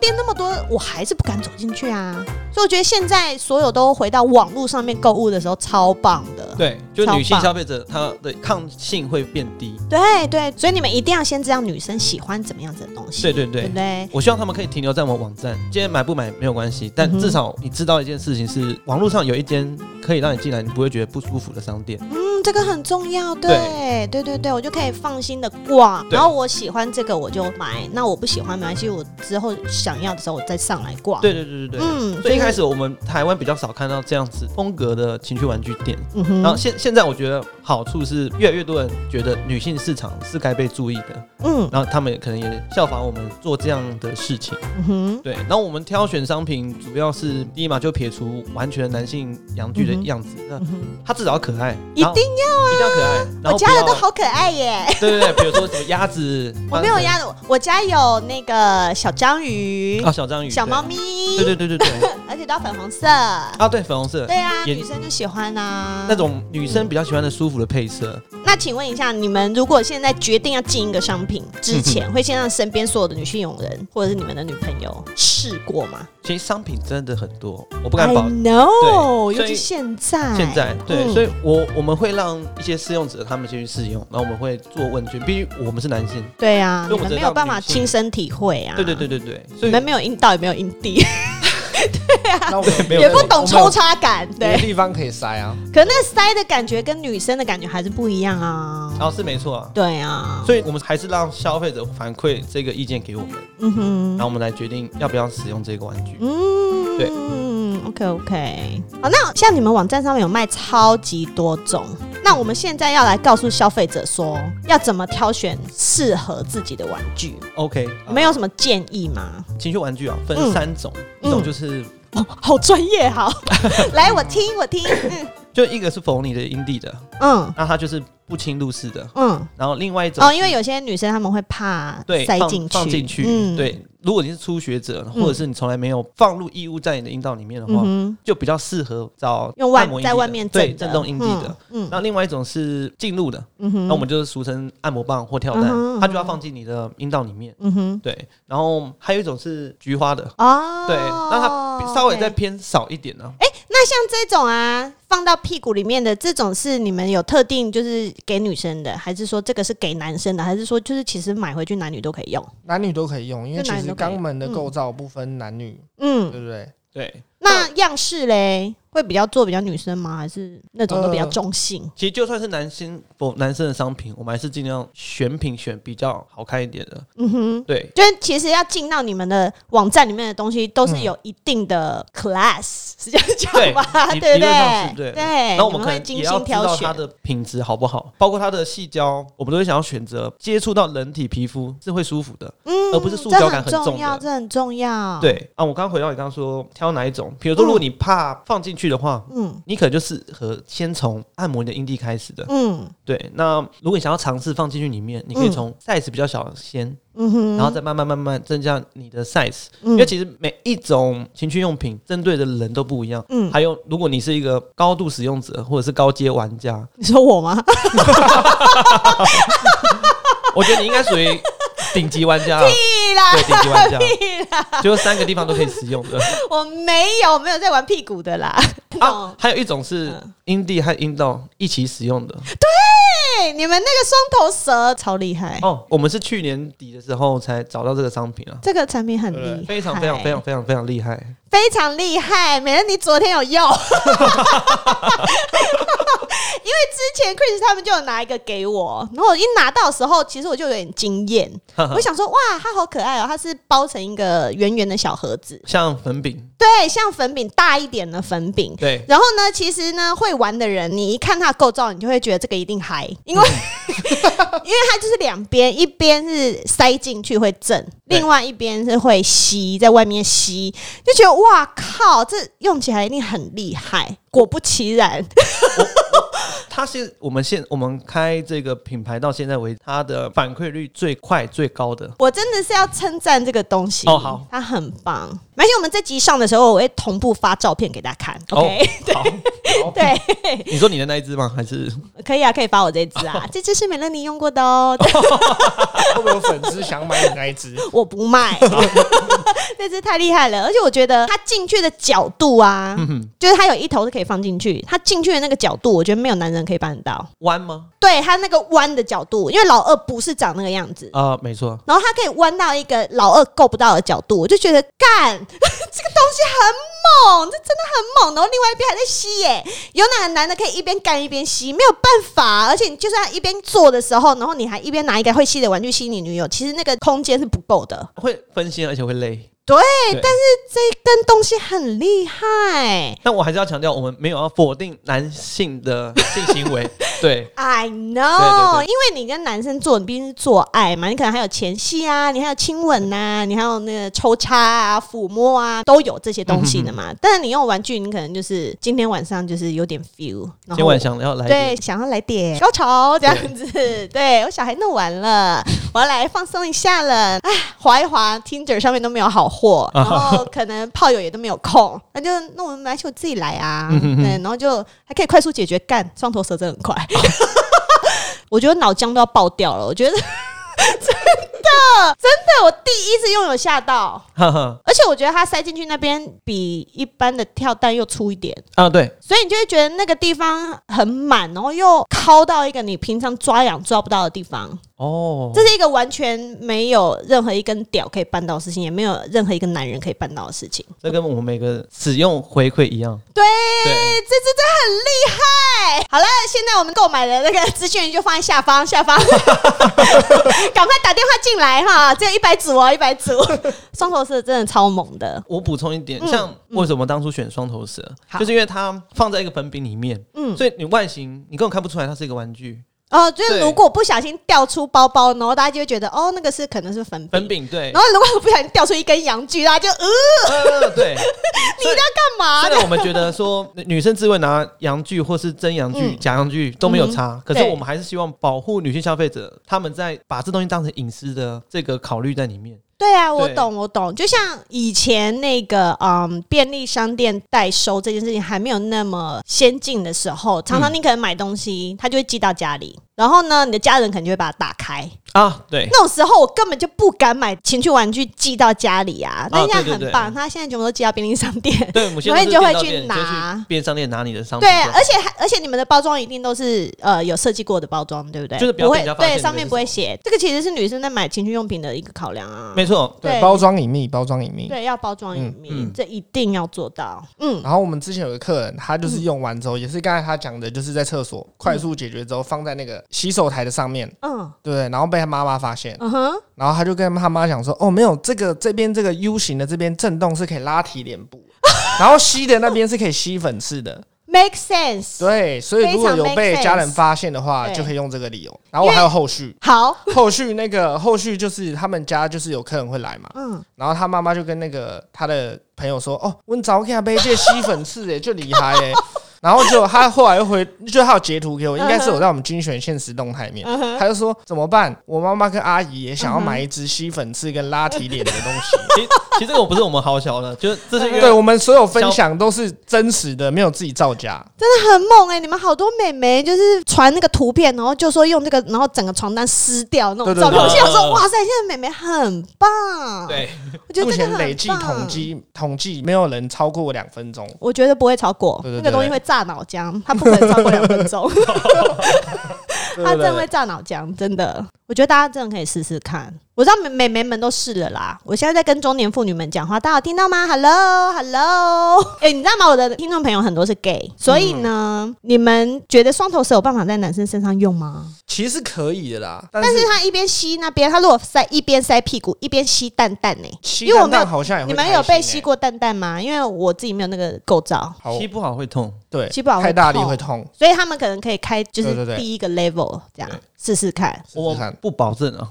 Speaker 1: 店那么多，我还是不敢走进去啊。所以我觉得现在所有都回到网络上面购物的时候，超棒的。
Speaker 2: 对，就是
Speaker 1: 超
Speaker 2: 女性
Speaker 1: 棒
Speaker 2: 消费者她的抗性会变低，
Speaker 1: 对对，所以你们一定要先知道女生喜欢怎么样子的东西，
Speaker 2: 对对
Speaker 1: 对
Speaker 2: 对
Speaker 1: 不。对？
Speaker 2: 我希望他们可以停留在我们网站，今天买不买没有关系，但
Speaker 1: 嗯哼
Speaker 2: 至少你知道一件事情是，网络上有一间可以让你进来你不会觉得不舒服的商店。
Speaker 1: 嗯，这个很重要，对
Speaker 2: 对
Speaker 1: 对对对，我就可以放心的逛，
Speaker 2: 对
Speaker 1: 然后我喜欢这个我就买，那我不喜欢没关系，我之后想要的时候我再上来逛。
Speaker 2: 对对对对对，
Speaker 1: 嗯，
Speaker 2: 所以一开始我们台湾比较少看到这样子风格的情趣玩具店，
Speaker 1: 嗯哼，
Speaker 2: 然后现现在我觉得好处是越来越多人觉得女性市场是该被注意的，
Speaker 1: 嗯
Speaker 2: 然后他们可能也效仿我们做这样的事情。
Speaker 1: 嗯哼，
Speaker 2: 对，然后我们挑选商品主要是第一嘛，就撇除完全男性阳具的
Speaker 1: 嗯哼
Speaker 2: 样子，那
Speaker 1: 嗯哼
Speaker 2: 它至少要可爱，
Speaker 1: 一
Speaker 2: 然后
Speaker 1: 定要
Speaker 2: 比较可爱，然
Speaker 1: 啊！我
Speaker 2: 后
Speaker 1: 家的
Speaker 2: 不
Speaker 1: 都
Speaker 2: 要嗯
Speaker 1: 好可爱耶，，
Speaker 2: 对对对，比如说什么鸭子
Speaker 1: 我没有鸭的，我家有那个小章鱼、
Speaker 2: 啊，小章鱼，
Speaker 1: 小
Speaker 2: 对
Speaker 1: 猫，咪，
Speaker 2: 对对对 对对，
Speaker 1: 而且都粉红色。
Speaker 2: 啊对，粉红色，
Speaker 1: 对啊，
Speaker 2: 也
Speaker 1: 女生就喜欢啊。
Speaker 2: 那种女生比较喜欢的舒服的配色，
Speaker 1: 那请问一下，你们如果现在决定要进一个商品之
Speaker 2: 嗯
Speaker 1: 前，会先让身边所有的女性友人或者是你们的女朋友试过吗？
Speaker 2: 其实商品真的很多，我不
Speaker 1: I
Speaker 2: 敢保
Speaker 1: know，
Speaker 2: 对所以
Speaker 1: 尤其现在，
Speaker 2: 现在对，
Speaker 1: 哎嗯
Speaker 2: 所以我我们会让一些试用者他们先去试用，然后我们会做问卷，毕竟我们是男性，
Speaker 1: 对啊，你
Speaker 2: 所以我
Speaker 1: 们
Speaker 2: 觉得
Speaker 1: 没有办法
Speaker 2: 女性
Speaker 1: 亲身体会啊。
Speaker 2: 对对对，对对，所
Speaker 1: 你
Speaker 2: 以
Speaker 1: 们没有阴道，也没有阴蒂，
Speaker 3: 那我 们
Speaker 2: 没有
Speaker 1: 也不懂抽
Speaker 3: 查，
Speaker 1: 插感，
Speaker 3: 没有
Speaker 1: 对。
Speaker 3: 地方可以塞啊。
Speaker 1: 可那塞的感觉跟女生的感觉还是不一样啊。
Speaker 2: 然后是没错啊。
Speaker 1: 对啊，
Speaker 2: 所以我们还是让消费者反馈这个意见给我们，
Speaker 1: 嗯哼
Speaker 2: 然，后我们来决定要不要使用这个玩具。
Speaker 1: 嗯，
Speaker 2: 对
Speaker 1: ，OK OK。好，那像你们网站上面有卖超级多种，那我们现在要来告诉消费者说，要怎么挑选适合自己的玩具，
Speaker 2: OK，
Speaker 1: 你们有什么建议吗？
Speaker 2: 情趣玩具啊，分
Speaker 1: 嗯
Speaker 2: 三种，
Speaker 1: 嗯
Speaker 2: 一种就是
Speaker 1: 哦，好专业， 好，来我听我听，
Speaker 2: 就一个是缝你的阴蒂的，
Speaker 1: 嗯
Speaker 2: 那它就是不侵入式的，
Speaker 1: 嗯，
Speaker 2: 然后另外一种
Speaker 1: 哦，因为有些女生她们会怕
Speaker 2: 对
Speaker 1: 塞
Speaker 2: 放
Speaker 1: 进去，嗯
Speaker 2: 放进去，对。如果你是初学者，或者是你从来没有放入异物在你的阴道里面的
Speaker 1: 嗯
Speaker 2: 话，
Speaker 1: 哼，
Speaker 2: 就比较适合找
Speaker 1: 用
Speaker 2: 按
Speaker 1: 外
Speaker 2: 摩阴蒂的
Speaker 1: 在外面
Speaker 2: 对
Speaker 1: 震
Speaker 2: 震动阴蒂的。，
Speaker 1: 嗯
Speaker 2: 那另外一种是进入的，
Speaker 1: 嗯哼，
Speaker 2: 那我们就是俗称按摩棒或跳
Speaker 1: 嗯
Speaker 2: 蛋
Speaker 1: 哼，
Speaker 2: 它就要放进你的阴道里面。
Speaker 1: 嗯哼，
Speaker 2: 对，然后还有一种是菊花的，
Speaker 1: 哦，
Speaker 2: 对，那它稍微再偏少一点呢。
Speaker 1: 那像这种啊，放到屁股里面的这种是你们有特定就是给女生的，还是说这个是给男生的，还是说就是其实买回去男女都可以用？
Speaker 3: 男女都可以用，因为
Speaker 1: 就
Speaker 3: 其
Speaker 1: 男女
Speaker 3: 实
Speaker 1: 都可以
Speaker 3: 肛门的构造不分男女，对
Speaker 1: 嗯，
Speaker 3: 不对？
Speaker 2: 对，
Speaker 1: 那样式嘞，会比较做比较女生吗？还是那种都比较中性？
Speaker 2: 其实就算是男性不男生的商品，我们还是尽量选品选比较好看一点的。
Speaker 1: 嗯 哼。
Speaker 2: 对，
Speaker 1: 就是其实要进到你们的网站里面的东西，都是有一定的 class，、是这样讲吧？
Speaker 2: 理
Speaker 1: 对不
Speaker 2: 理论上
Speaker 1: 对
Speaker 2: 是？对
Speaker 1: 对，
Speaker 2: 然后我们
Speaker 1: 你
Speaker 2: 可
Speaker 1: 会
Speaker 2: 能
Speaker 1: 精
Speaker 2: 也要
Speaker 1: 心
Speaker 2: 知道
Speaker 1: 挑
Speaker 2: 它
Speaker 1: 选。
Speaker 2: 的品质好不好，包括它的细胶，我们都会想要选择接触到人体皮肤是会舒服的。
Speaker 1: 嗯
Speaker 2: 而不是塑
Speaker 1: 这
Speaker 2: 胶感
Speaker 1: 很
Speaker 2: 很
Speaker 1: 重
Speaker 2: 重
Speaker 1: 要，
Speaker 2: 的
Speaker 1: 这很重要。，
Speaker 2: 对啊，我刚刚回到你刚刚说挑哪一种，比如说如果你怕放进去的话，
Speaker 1: 嗯
Speaker 2: 你可能就适合先从按摩你的阴蒂开始的。
Speaker 1: 嗯
Speaker 2: 对，那如果你想要尝试放进去里面，你可以
Speaker 1: 嗯
Speaker 2: 从 size 比较小的先，
Speaker 1: 嗯哼，嗯
Speaker 2: 然后再慢慢慢慢增加你的 size，、
Speaker 1: 因
Speaker 2: 因为其实每一种情趣用品针对的人都不一样。
Speaker 1: 嗯，
Speaker 2: 还有，如果你是一个高度使用者或者是高阶玩家，
Speaker 1: 你说我吗？
Speaker 2: 我觉得你应该属于顶级玩家啊，
Speaker 1: 屁啊啦，
Speaker 2: 对，顶级玩家，
Speaker 1: 屁啦，
Speaker 2: 就是三个地方都可以使用 的
Speaker 1: 我没有没有在玩屁股的啦。
Speaker 2: 啊
Speaker 1: 哦，。
Speaker 2: 还有一种是阴蒂和阴道一起使用的
Speaker 1: 对，哎你们那个双头蛇超厉害，
Speaker 2: 哦。我们是去年底的时候才找到这个商品啊，
Speaker 1: 这个产品很厉害，
Speaker 2: 非常非常非常非常非常厉害。
Speaker 1: 非常厉害。美人，你昨天有 用？因为之前 Chris 他们就有拿一个给我，然后我一拿到的时候，其实我就有点惊 艳，我想说哇，它好可爱哦，它是包成一个圆圆的小盒子，
Speaker 2: 像粉饼，
Speaker 1: 对，像粉饼大一点的粉饼，
Speaker 2: 对，
Speaker 1: 然后呢，其实呢，会玩的人，你一看它的构造，你就会觉得这个一定嗨，因为因 为它就是两边，一边是塞进去会震，
Speaker 2: 对
Speaker 1: 另外一边是会吸，在外面吸，就觉得哇靠，这用起来一定很厉害。果不其然，
Speaker 2: 它是我们现我们开这个品牌到现在为止，它的反馈率最快最高 的。
Speaker 1: 我真的是要称赞这个东西
Speaker 2: 哦好，
Speaker 1: 它很棒。而且我们这集上的时候，我会同步发照片给大家看。OK，、
Speaker 2: 哦、好，
Speaker 1: 对，
Speaker 2: 你说你的那一只吗？还是
Speaker 1: 可以啊，可以发我这支 啊，这支是美乐妮用过的哦。
Speaker 3: 会不会有粉丝想买你那一只？
Speaker 1: 我不卖，那只太厉害了，而且我觉得它进去的角度啊，就是它有一头是可以放进去，它进去的那个角度，我觉得没有男人可以办得到。
Speaker 2: 弯吗？
Speaker 1: 对它那个弯的角度，因为老二不是长那个样子，
Speaker 2: 啊、没错，
Speaker 1: 然后它可以弯到一个老二够不到的角度，我就觉得干 这个东西很猛，这真的很猛。然后另外一边还在吸耶、有哪个男的可以一边干一边吸？没有办法，而且你就算一边做的时候，然后你还一边拿一个会吸的玩具吸你女友，其实那个空间是不够的。
Speaker 2: 会分心，而且会累。
Speaker 1: 对，
Speaker 2: 对
Speaker 1: 但是这根东西很厉害。
Speaker 2: 但我还是要强调，我们没有要否定男性的 性行为，对
Speaker 1: I know，
Speaker 2: 对对对
Speaker 1: 因为你跟男生做，你毕竟是做爱嘛，你可能还有前戏啊，你还有亲吻呐、你还有那个抽插啊、抚摸啊，都有这些东西的嘛。但是你用玩具，你可能就是今天晚上就是有点 feel，然后
Speaker 2: 今晚想要来
Speaker 1: 对，想要来点高潮这样子。 对我小孩弄完了，我要来放松一下了。哎，滑一滑，Tinder 上面都没有好货，然后可能炮友也都没有空，那就那我们买球自己来啊。对，然后就还可以快速解决，干双头蛇真的很快。 我觉得脑浆都要爆掉了，我觉得 真的真的，我第一次用有吓到。
Speaker 2: 哈哈
Speaker 1: 而且我觉得它塞进去那边比一般的跳蛋又粗一点，
Speaker 2: 啊，对，
Speaker 1: 所以你就会觉得那个地方很满，然后又靠到一个你平常抓痒抓不到的地方。
Speaker 2: 哦，
Speaker 1: 这是一个完全没有任何一根屌可以办到的事情，也没有任何一个男人可以办到的事情。
Speaker 2: 这跟我们每个使用回馈一样，
Speaker 1: 对，
Speaker 2: 对
Speaker 1: 这这这很厉害。好了，现在我们购买的那个资讯就放在下方，下 方，赶快打电话进来哈，只有一百组哦，一百组。双头蛇真的超猛的，
Speaker 2: 我补充一点，
Speaker 1: 嗯
Speaker 2: 像为什么当初选双头蛇，
Speaker 1: 好
Speaker 2: 就是因为它放在一个粉饼里面，
Speaker 1: 嗯，
Speaker 2: 所以你外形你根本看不出来它是一个玩具
Speaker 1: 哦，就是
Speaker 2: 对
Speaker 1: 如果不小心掉出包包，然后大家就会觉得哦，那个是可能是粉饼
Speaker 2: 粉。饼， 对，
Speaker 1: 然后如果不小心掉出一根阳具，大家就呃
Speaker 2: 呃对。
Speaker 1: 干嘛
Speaker 2: 虽？然我们觉 得说女女生自慰拿洋具或是真洋具、
Speaker 1: 啊嗯
Speaker 2: 假洋具都没有差，可是
Speaker 1: 对
Speaker 2: 我们还是希望保护女性消费者，他们在把这东西当成隐私的这个考虑在里面。
Speaker 1: 对啊，我
Speaker 2: 对
Speaker 1: 懂，我懂。就像以前那个嗯，便利商店代收这件事情还没有那么先进的时候，常
Speaker 2: 嗯
Speaker 1: 常你可能买东西，它就会寄到家里，然后呢，你的家人可能就会把它打开。
Speaker 2: 啊，对，
Speaker 1: 那种时候，我根本就不敢买情趣玩具寄到家里啊。那
Speaker 2: 啊
Speaker 1: 现在
Speaker 2: 对对
Speaker 1: 很
Speaker 2: 对
Speaker 1: 棒，他现在全部都寄到便利商店。
Speaker 2: 对，某些
Speaker 1: 然后
Speaker 2: 都
Speaker 1: 你
Speaker 2: 是
Speaker 1: 就会
Speaker 2: 便当
Speaker 1: 去
Speaker 2: 店
Speaker 1: 拿
Speaker 2: 就去便利商店拿你的商品
Speaker 1: 对
Speaker 2: 这样，
Speaker 1: 啊，而且还而且你们的包装一定都是呃有设计过的包装，对不对？
Speaker 2: 就是不要
Speaker 1: 会
Speaker 2: 被人家发现
Speaker 1: 对
Speaker 2: 你
Speaker 1: 上
Speaker 2: 的
Speaker 1: 面
Speaker 2: 是
Speaker 1: 不会写，这个其实是女生在买情趣用品的一个考量啊。
Speaker 2: 没错，
Speaker 1: 对
Speaker 3: 对，包装隐秘，包装隐秘。
Speaker 1: 对，要包装隐秘，
Speaker 2: 嗯嗯
Speaker 1: 这一定要做到。嗯，
Speaker 3: 然后我们之前有个客人，他就是用完之后，也是刚才他讲的，就是在厕所快速解决之后，放在那个洗手台的上面，
Speaker 1: 嗯
Speaker 3: 对不对？然后被他妈妈发现，
Speaker 1: 嗯哼，
Speaker 3: 然后他就跟他妈讲说：“哦，没有，这个这边这个 U 型的这边震动是可以拉提脸部， 然后吸的那边是可以吸粉刺的。
Speaker 1: make sense。
Speaker 3: 对，所以如果有
Speaker 1: 非常
Speaker 3: 被
Speaker 1: make sense
Speaker 3: 家人发现的话，
Speaker 1: 对
Speaker 3: 就可以用这个理由。然后我还有后续，
Speaker 1: 好，
Speaker 3: 后续那个后续就是他们家就是有客人会来嘛，
Speaker 1: 嗯，
Speaker 3: 然后他妈妈就跟那个他的朋友说：“哦，温早给他杯这吸粉刺诶，就厉害诶。 然后就他后来又回，就他有截图给我，应该是有在我们精选现实动态里
Speaker 1: 嗯
Speaker 3: 面。他就说怎么办？我妈妈跟阿姨也想要买一支吸粉刺跟拉提脸的东 西。
Speaker 2: 其实其实这个我不是我们好小的，就是这是因
Speaker 3: 对
Speaker 2: 为
Speaker 3: 我们所有分享都是真实的，没有自己造假。
Speaker 1: 真的很猛哎、你们好多美眉就是传那个图片，然后就说用这个，然后整个床单撕掉那种
Speaker 3: 对对
Speaker 1: 照片。
Speaker 2: 对
Speaker 1: 我心想说，
Speaker 2: 嗯嗯嗯
Speaker 1: 哇塞，现在美眉很棒。，
Speaker 2: 对
Speaker 1: 我觉得
Speaker 3: 目
Speaker 1: 这个
Speaker 3: 前
Speaker 1: 很棒
Speaker 3: 累计统，计统计，没有人超过两 分钟。
Speaker 1: 我觉得不会超过
Speaker 3: 对对对
Speaker 1: 那个东西会炸脑浆，它不可能超过两分钟，它真的会炸脑浆，真的。我觉得大家真的可以试试看。我知道美美眉们都试了啦。我现在在跟中年妇女们讲话，大家有听到吗？Hello，Hello。哎、你知道吗？我的听众朋友很多是 gay，所以呢， 你们觉得双头蛇有办法在男生身上用吗？
Speaker 3: 其实是可以的啦，但
Speaker 1: 但是他一边吸那边，他如果塞一边塞屁股，一边吸蛋蛋呢、
Speaker 3: 吸
Speaker 1: 因为我
Speaker 3: 蛋
Speaker 1: 没有
Speaker 3: 蛋好像也会
Speaker 1: 你们
Speaker 3: 开
Speaker 1: 有被
Speaker 3: 心
Speaker 1: 吸
Speaker 3: 欸？
Speaker 1: 过蛋蛋吗？因为我自己没有那个构造。
Speaker 3: 好，
Speaker 2: 吸不好会痛，
Speaker 3: 对，
Speaker 1: 吸不好会
Speaker 3: 太大力
Speaker 1: 痛
Speaker 3: 会痛。
Speaker 1: 所以他们可能可以开就
Speaker 3: 对对
Speaker 1: 是
Speaker 3: 对
Speaker 1: 第一个 level 这样试试看。
Speaker 3: 试
Speaker 2: 我
Speaker 3: 试看
Speaker 2: 不保证啊，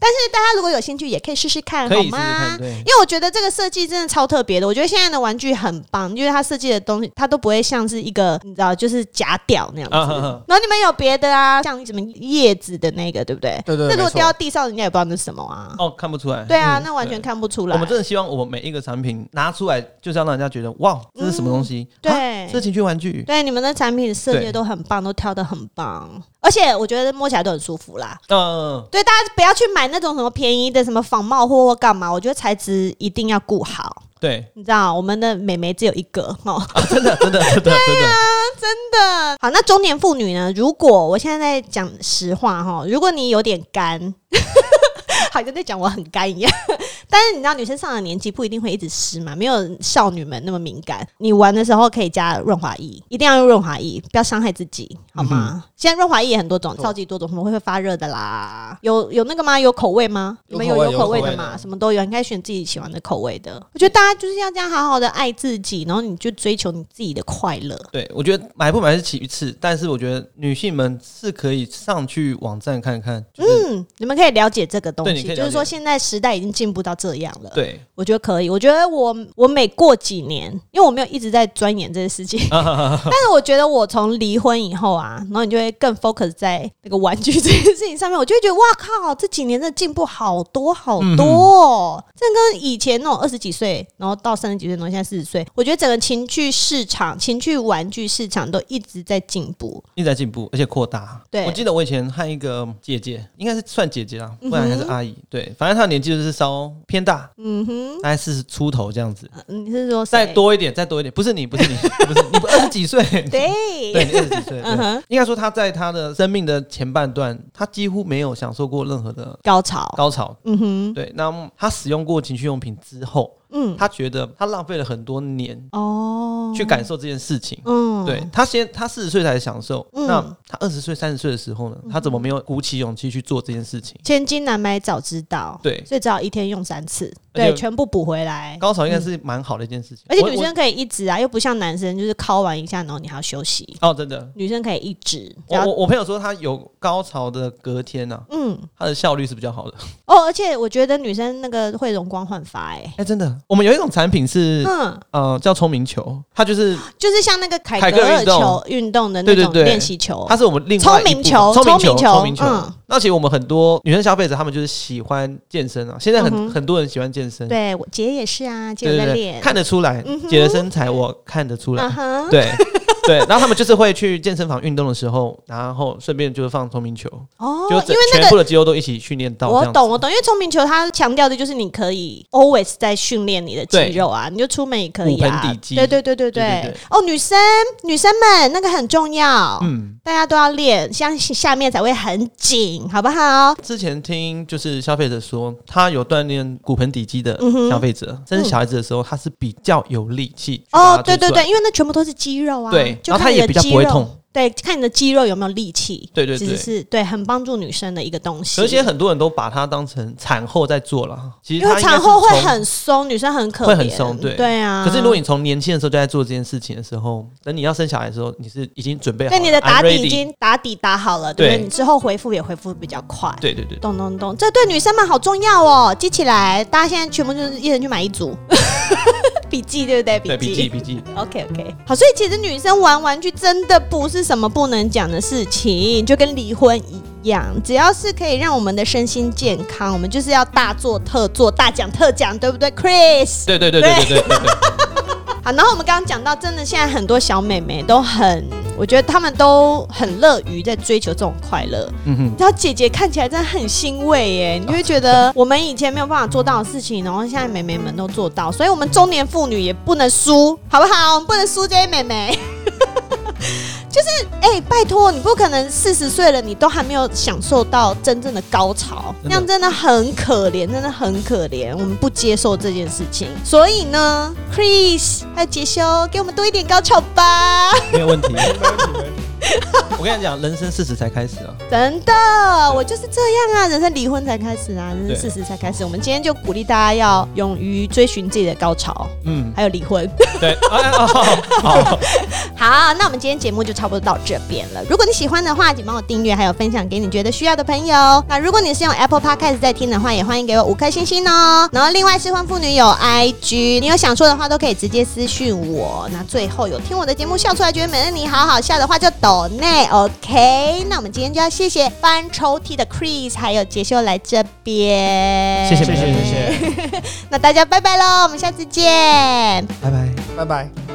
Speaker 1: 大家如果有兴趣，也可以试试看，
Speaker 2: 可
Speaker 1: 好
Speaker 2: 以试试
Speaker 1: 吗
Speaker 2: 看，？对
Speaker 1: 因。为我觉得这个设计真的超特别的，我觉得现在的玩具很棒，因为它设计的东西它都不会像是一个你知道就是假屌那样子。
Speaker 2: 啊哈哈
Speaker 1: 然后你们有别的啊，像什么叶子的那个，对不对？
Speaker 3: 对对
Speaker 1: 那
Speaker 3: 对，
Speaker 1: 如
Speaker 3: 没
Speaker 1: 果
Speaker 3: 错
Speaker 1: 掉到地上，人家也不知道那是什么啊。
Speaker 2: 哦，看不出来。
Speaker 1: 对啊，那完全
Speaker 2: 对
Speaker 1: 看不出来。
Speaker 2: 我们真的希望我们每一个产品拿出来，就是要让人家觉得哇，这是什么东西？啊，
Speaker 1: 嗯对
Speaker 2: 这是情趣玩具。
Speaker 1: 对，你们的产品的设计
Speaker 2: 对
Speaker 1: 都很棒，都挑的很棒，而且我觉得摸起来都很舒服啦。
Speaker 2: 嗯，
Speaker 1: 对，大家不要去买那种什么便宜的什么仿冒货或干嘛，我觉得材质一定要顾好。
Speaker 2: 对，
Speaker 1: 你知道，我们的美眉只有一个哦，
Speaker 2: 啊，真的，真的，真的，真的，
Speaker 1: 真的。好，那中年妇女呢？如果我现在在讲实话哈，如果你有点干， 好像在讲我很干一样。但是你知道，女生上了年纪不一定会一直湿嘛，没有少女们那么敏感。你玩的时候可以加润滑液，一定要用润滑液，不要伤害自己，好
Speaker 3: 嗯
Speaker 1: 吗？现在润滑液也很多种，超级多种，什么会发热的啦，有有那个吗？有口味吗？你
Speaker 3: 有
Speaker 1: 们
Speaker 3: 口
Speaker 1: 有
Speaker 3: 味
Speaker 1: 有
Speaker 3: 有
Speaker 1: 口
Speaker 3: 口
Speaker 1: 味
Speaker 3: 味
Speaker 1: 的
Speaker 3: 的
Speaker 1: 嘛？什么都有，你可以选自己喜欢的口味的。我觉得大家就是要这样好好的爱自己，然后你就追求你自己的快乐。
Speaker 2: 对，我觉得买不买是其次，但是我觉得女性们是可以上去网站看看，就是、
Speaker 1: 嗯，你们可以了解这个东
Speaker 2: 对你
Speaker 1: 西
Speaker 2: 可以，了解
Speaker 1: 就是说现在时代已经进步到这样了。，
Speaker 2: 对，
Speaker 1: 我觉得可以。我觉得我我每过几年，因为我没有一直在钻研这些 事情，但是我觉得我从离婚以后啊，然后你就会更 focus 在那个玩具这件事情上面，我就会觉得哇靠，这几年真的进步好多好多、哦，
Speaker 2: 嗯
Speaker 1: 这跟以前那种二十几岁，然后到三十几岁，然后现在四十岁，我觉得整个情趣市场、情趣玩具市场都一直在进步。
Speaker 2: 一直在进步，而且扩大。
Speaker 1: 对
Speaker 2: 我记得我以前和一个姐姐，应该是算姐姐啦，不然还是阿姨。对，反正她的年纪就是稍偏大，
Speaker 1: 嗯哼，
Speaker 2: 大概四十出头这样子，
Speaker 1: 呃你是说
Speaker 2: 再
Speaker 1: 谁？
Speaker 2: 多一点，再多一点，不是你，不是你， 不是你，不二十几岁，
Speaker 1: 对。
Speaker 2: 对，你二十几岁。
Speaker 1: 嗯
Speaker 2: 对
Speaker 1: 哼，
Speaker 2: 应该说她在她的生命的前半段，她几乎没有享受过任何的
Speaker 1: 高潮。
Speaker 2: 高潮。
Speaker 1: 嗯哼，
Speaker 2: 对，那她使用过情趣用品之后，
Speaker 1: 嗯，
Speaker 2: 她觉得她浪费了很多年
Speaker 1: 哦，
Speaker 2: 去感受这件事情。
Speaker 1: 嗯，
Speaker 2: 对，他先，他四十岁才享受，
Speaker 1: 嗯
Speaker 2: 那他二十岁、三十岁的时候呢，他怎么没有鼓起勇气去做这件事情？
Speaker 1: 千金难买早知道，
Speaker 2: 对
Speaker 1: 所以只好一天用三次，
Speaker 2: 而且
Speaker 1: 对，全部补回来。
Speaker 2: 高潮应该是蛮好的一件事情，
Speaker 1: 哎而且
Speaker 2: 我
Speaker 1: 女生可以一直啊，又不像男生，就是敲完一下，然后你还要休息。
Speaker 2: 我哦，真的，
Speaker 1: 女生可以一直，
Speaker 2: 我
Speaker 1: 然
Speaker 2: 我
Speaker 1: 后
Speaker 2: 我朋友说他有高潮的隔天呢、啊，
Speaker 1: 嗯
Speaker 2: 他的效率是比较好的。
Speaker 1: 哦，而且我觉得女生那个会容光焕发、欸，
Speaker 2: 哎、真的，我们有一种产品是。
Speaker 1: 嗯，
Speaker 2: 呃，叫聪明球，它就是
Speaker 1: 就是像那个凯
Speaker 2: 凯格
Speaker 1: 格
Speaker 2: 尔
Speaker 1: 尔
Speaker 2: 运动
Speaker 1: 球运动的那
Speaker 2: 对
Speaker 1: 种
Speaker 2: 对对
Speaker 1: 练习球
Speaker 2: 它，是我们另外一部分
Speaker 1: 哦聪明球
Speaker 2: 聪明
Speaker 1: 聪明
Speaker 2: 球，
Speaker 1: 球
Speaker 2: 聪明球
Speaker 1: 嗯。
Speaker 2: 那其实我们很多女生消费者，她们就是喜欢健身啊，现在
Speaker 1: 嗯
Speaker 2: 很
Speaker 1: 哼
Speaker 2: 很多人喜欢健身，
Speaker 1: 对我姐也是啊，姐
Speaker 2: 对
Speaker 1: 有
Speaker 2: 对
Speaker 1: 在
Speaker 2: 对，
Speaker 1: 练，
Speaker 2: 看得出来
Speaker 1: 嗯哼，
Speaker 2: 姐的身材我看得出来
Speaker 1: 啊，哈，
Speaker 2: 对对，然后他们就是会去健身房运动的时候，然后顺便就是放聪明球，
Speaker 1: 哦，
Speaker 2: 就
Speaker 1: 因
Speaker 2: 整
Speaker 1: 为那
Speaker 2: 全
Speaker 1: 个
Speaker 2: 部的肌肉都一起训练到。
Speaker 1: 我
Speaker 2: 这样子
Speaker 1: 懂，我懂，因为聪明球它强调的就是你可以 always 在训练你的肌肉啊，你就出门也可以
Speaker 2: 骨
Speaker 1: 啊
Speaker 2: 盆底。肌
Speaker 1: 对对对对
Speaker 2: 对对
Speaker 1: 对
Speaker 2: 对。
Speaker 1: 哦，女生女生们那个很重要，
Speaker 2: 嗯，
Speaker 1: 大家都要练，像下面才会很紧，好不好？
Speaker 2: 之前听就是消费者说，他有锻炼骨盆底肌的
Speaker 1: 嗯哼
Speaker 2: 消费者，生小孩子的时候，他是比较有力气去
Speaker 1: 哦
Speaker 2: 把它，
Speaker 1: 对对
Speaker 2: 推出来
Speaker 1: 对，。因为那全部都是肌肉啊，
Speaker 2: 对
Speaker 1: 就
Speaker 2: 然后
Speaker 1: 看
Speaker 2: 它
Speaker 1: 你
Speaker 2: 也
Speaker 1: 的
Speaker 2: 比较
Speaker 1: 肌
Speaker 2: 不会
Speaker 1: 肉
Speaker 2: 痛，
Speaker 1: 对，看你的肌肉有没有力气，
Speaker 2: 对对
Speaker 1: 其实
Speaker 2: 对
Speaker 1: 是对很帮助女生的一个东西。
Speaker 2: 可是现在很多人都把它当成产后在做了，其实
Speaker 1: 因
Speaker 2: 它
Speaker 1: 为
Speaker 2: 应该
Speaker 1: 产
Speaker 2: 是
Speaker 1: 后会
Speaker 2: 从。
Speaker 1: 很松，女生很可怜，
Speaker 2: 会很松对
Speaker 1: 对啊。
Speaker 2: 可是如果你从年轻的时候就在做这件事情的时候，等你要生小孩的时候，你是已经准备好
Speaker 1: 对
Speaker 2: 了，
Speaker 1: 你的
Speaker 2: I'm
Speaker 1: 打底
Speaker 2: ready
Speaker 1: 已经打底打好了，对不对？
Speaker 2: 对
Speaker 1: 你之后恢复也恢复比较快。
Speaker 2: 对对对，
Speaker 1: 咚咚咚，这对女生们好重要哦！记起来，大家现在全部就是一人去买一组 笔记，对不对？
Speaker 2: 对笔记笔记。
Speaker 1: OK OK，好，所以其实女生玩玩具真的不是什么不能讲的事情，就跟离婚一样，只要是可以让我们的身心健康，我们就是要大做特做，大讲特讲，对不对，Chris？
Speaker 2: 对对对对对对对对。
Speaker 1: 好，然后我们刚刚讲到，真的现在很多小美眉都很，我觉得她们都很乐于在追求这种快乐。
Speaker 2: 嗯哼，
Speaker 1: 然后姐姐看起来真的很欣慰耶，你就会觉得我们以前没有办法做到的事情，然后现在美眉们都做到，所以我们中年妇女也不能输，好不好？我们不能输这些美眉。就是哎、拜托，你不可能四十岁了，你都还没有享受到真正的高潮，
Speaker 2: 真的
Speaker 1: 那样真的很可怜，真的很可怜。我们不接受这件事情，所以呢，Chris 还有杰修，给我们多一点高潮吧。
Speaker 2: 没有问题。 我跟你讲，人生四十才开始啊，
Speaker 1: 真的，我就是这样啊！人生离婚才开始啊，人生
Speaker 2: 对
Speaker 1: 四十才开始。我们今天就鼓励大家要勇于追寻自己的高潮，
Speaker 2: 嗯，
Speaker 1: 还有离婚。
Speaker 2: 对，哎哦，好，
Speaker 1: 好，那我们今天节目就差不多到这边了。如果你喜欢的话，请帮我订阅，还有分享给你觉得需要的朋友。那如果你是用 Apple Podcast 在听的话，也欢迎给我五颗星星哦。然后另外失婚妇女有 IG，你有想说的话都可以直接私讯我。那最后有听我的节目笑出来，觉得美乐你好好笑的话就抖内 OK。那我们今天就要谢谢翻抽屉的 Chris 还有杰秀来这边，
Speaker 2: 谢
Speaker 3: 谢谢谢谢，
Speaker 1: 那大家拜拜喽，我们下次见。
Speaker 2: 拜拜。
Speaker 3: 拜拜。